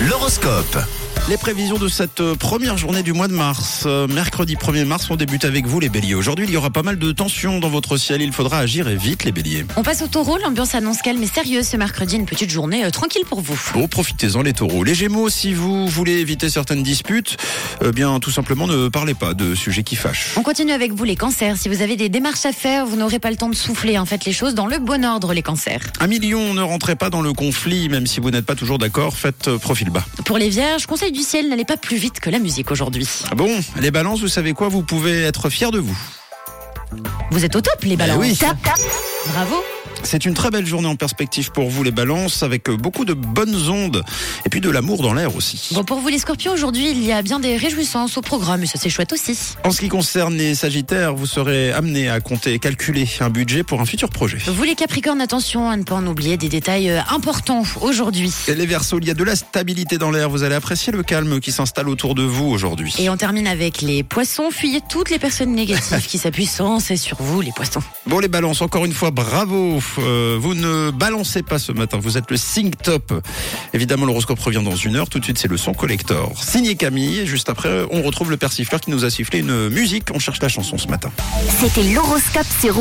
L'horoscope. Les prévisions de cette euh, première journée du mois de mars. Euh, Mercredi 1er mars, on débute avec vous les béliers. Aujourd'hui, il y aura pas mal de tensions dans votre ciel. Il faudra agir et vite les béliers. On passe au taureau, l'ambiance annonce calme et sérieuse ce mercredi, une petite journée euh, tranquille pour vous. Bon, profitez-en les taureaux. Les gémeaux, si vous voulez éviter certaines disputes, eh bien tout simplement ne parlez pas de sujets qui fâchent. On continue avec vous les cancers, si vous avez des démarches à faire, vous n'aurez pas le temps de souffler, en faites les choses dans le bon ordre les cancers. Un million, ne rentrez pas dans le conflit, même si vous n'êtes pas toujours d'accord, faites euh, profil bas. Pour les vierges, conseil du ciel, n'allez pas plus vite que la musique aujourd'hui. Ah bon, les balances, vous savez quoi, vous pouvez être fiers de vous. Vous êtes au top les balances. oui. Tap, tap. Bravo. C'est une très belle journée en perspective pour vous les balances, avec euh, beaucoup de bonnes ondes et puis de l'amour dans l'air aussi. Bon pour vous les scorpions, aujourd'hui il y a bien des réjouissances au programme et ça c'est chouette aussi. En ce qui concerne les Sagittaires, vous serez amené à compter et calculer un budget pour un futur projet. Vous les capricornes, attention à ne pas en oublier des détails euh, importants aujourd'hui. Et les Verseaux, il y a de la stabilité dans l'air. Vous allez apprécier le calme qui s'installe autour de vous aujourd'hui. Et on termine avec les poissons, fuyez toutes les personnes négatives qui s'appuient sans cesse sur vous les poissons. Bon, les balances, encore une fois, bravo. Euh, vous ne balancez pas ce matin. Vous êtes le sync top. Évidemment, l'horoscope revient dans une heure. Tout de suite, c'est le son collector. Signé Camille. Et Juste après, on retrouve le persifleur qui nous a sifflé une musique. On cherche la chanson ce matin. C'était l'horoscope sur Rouge.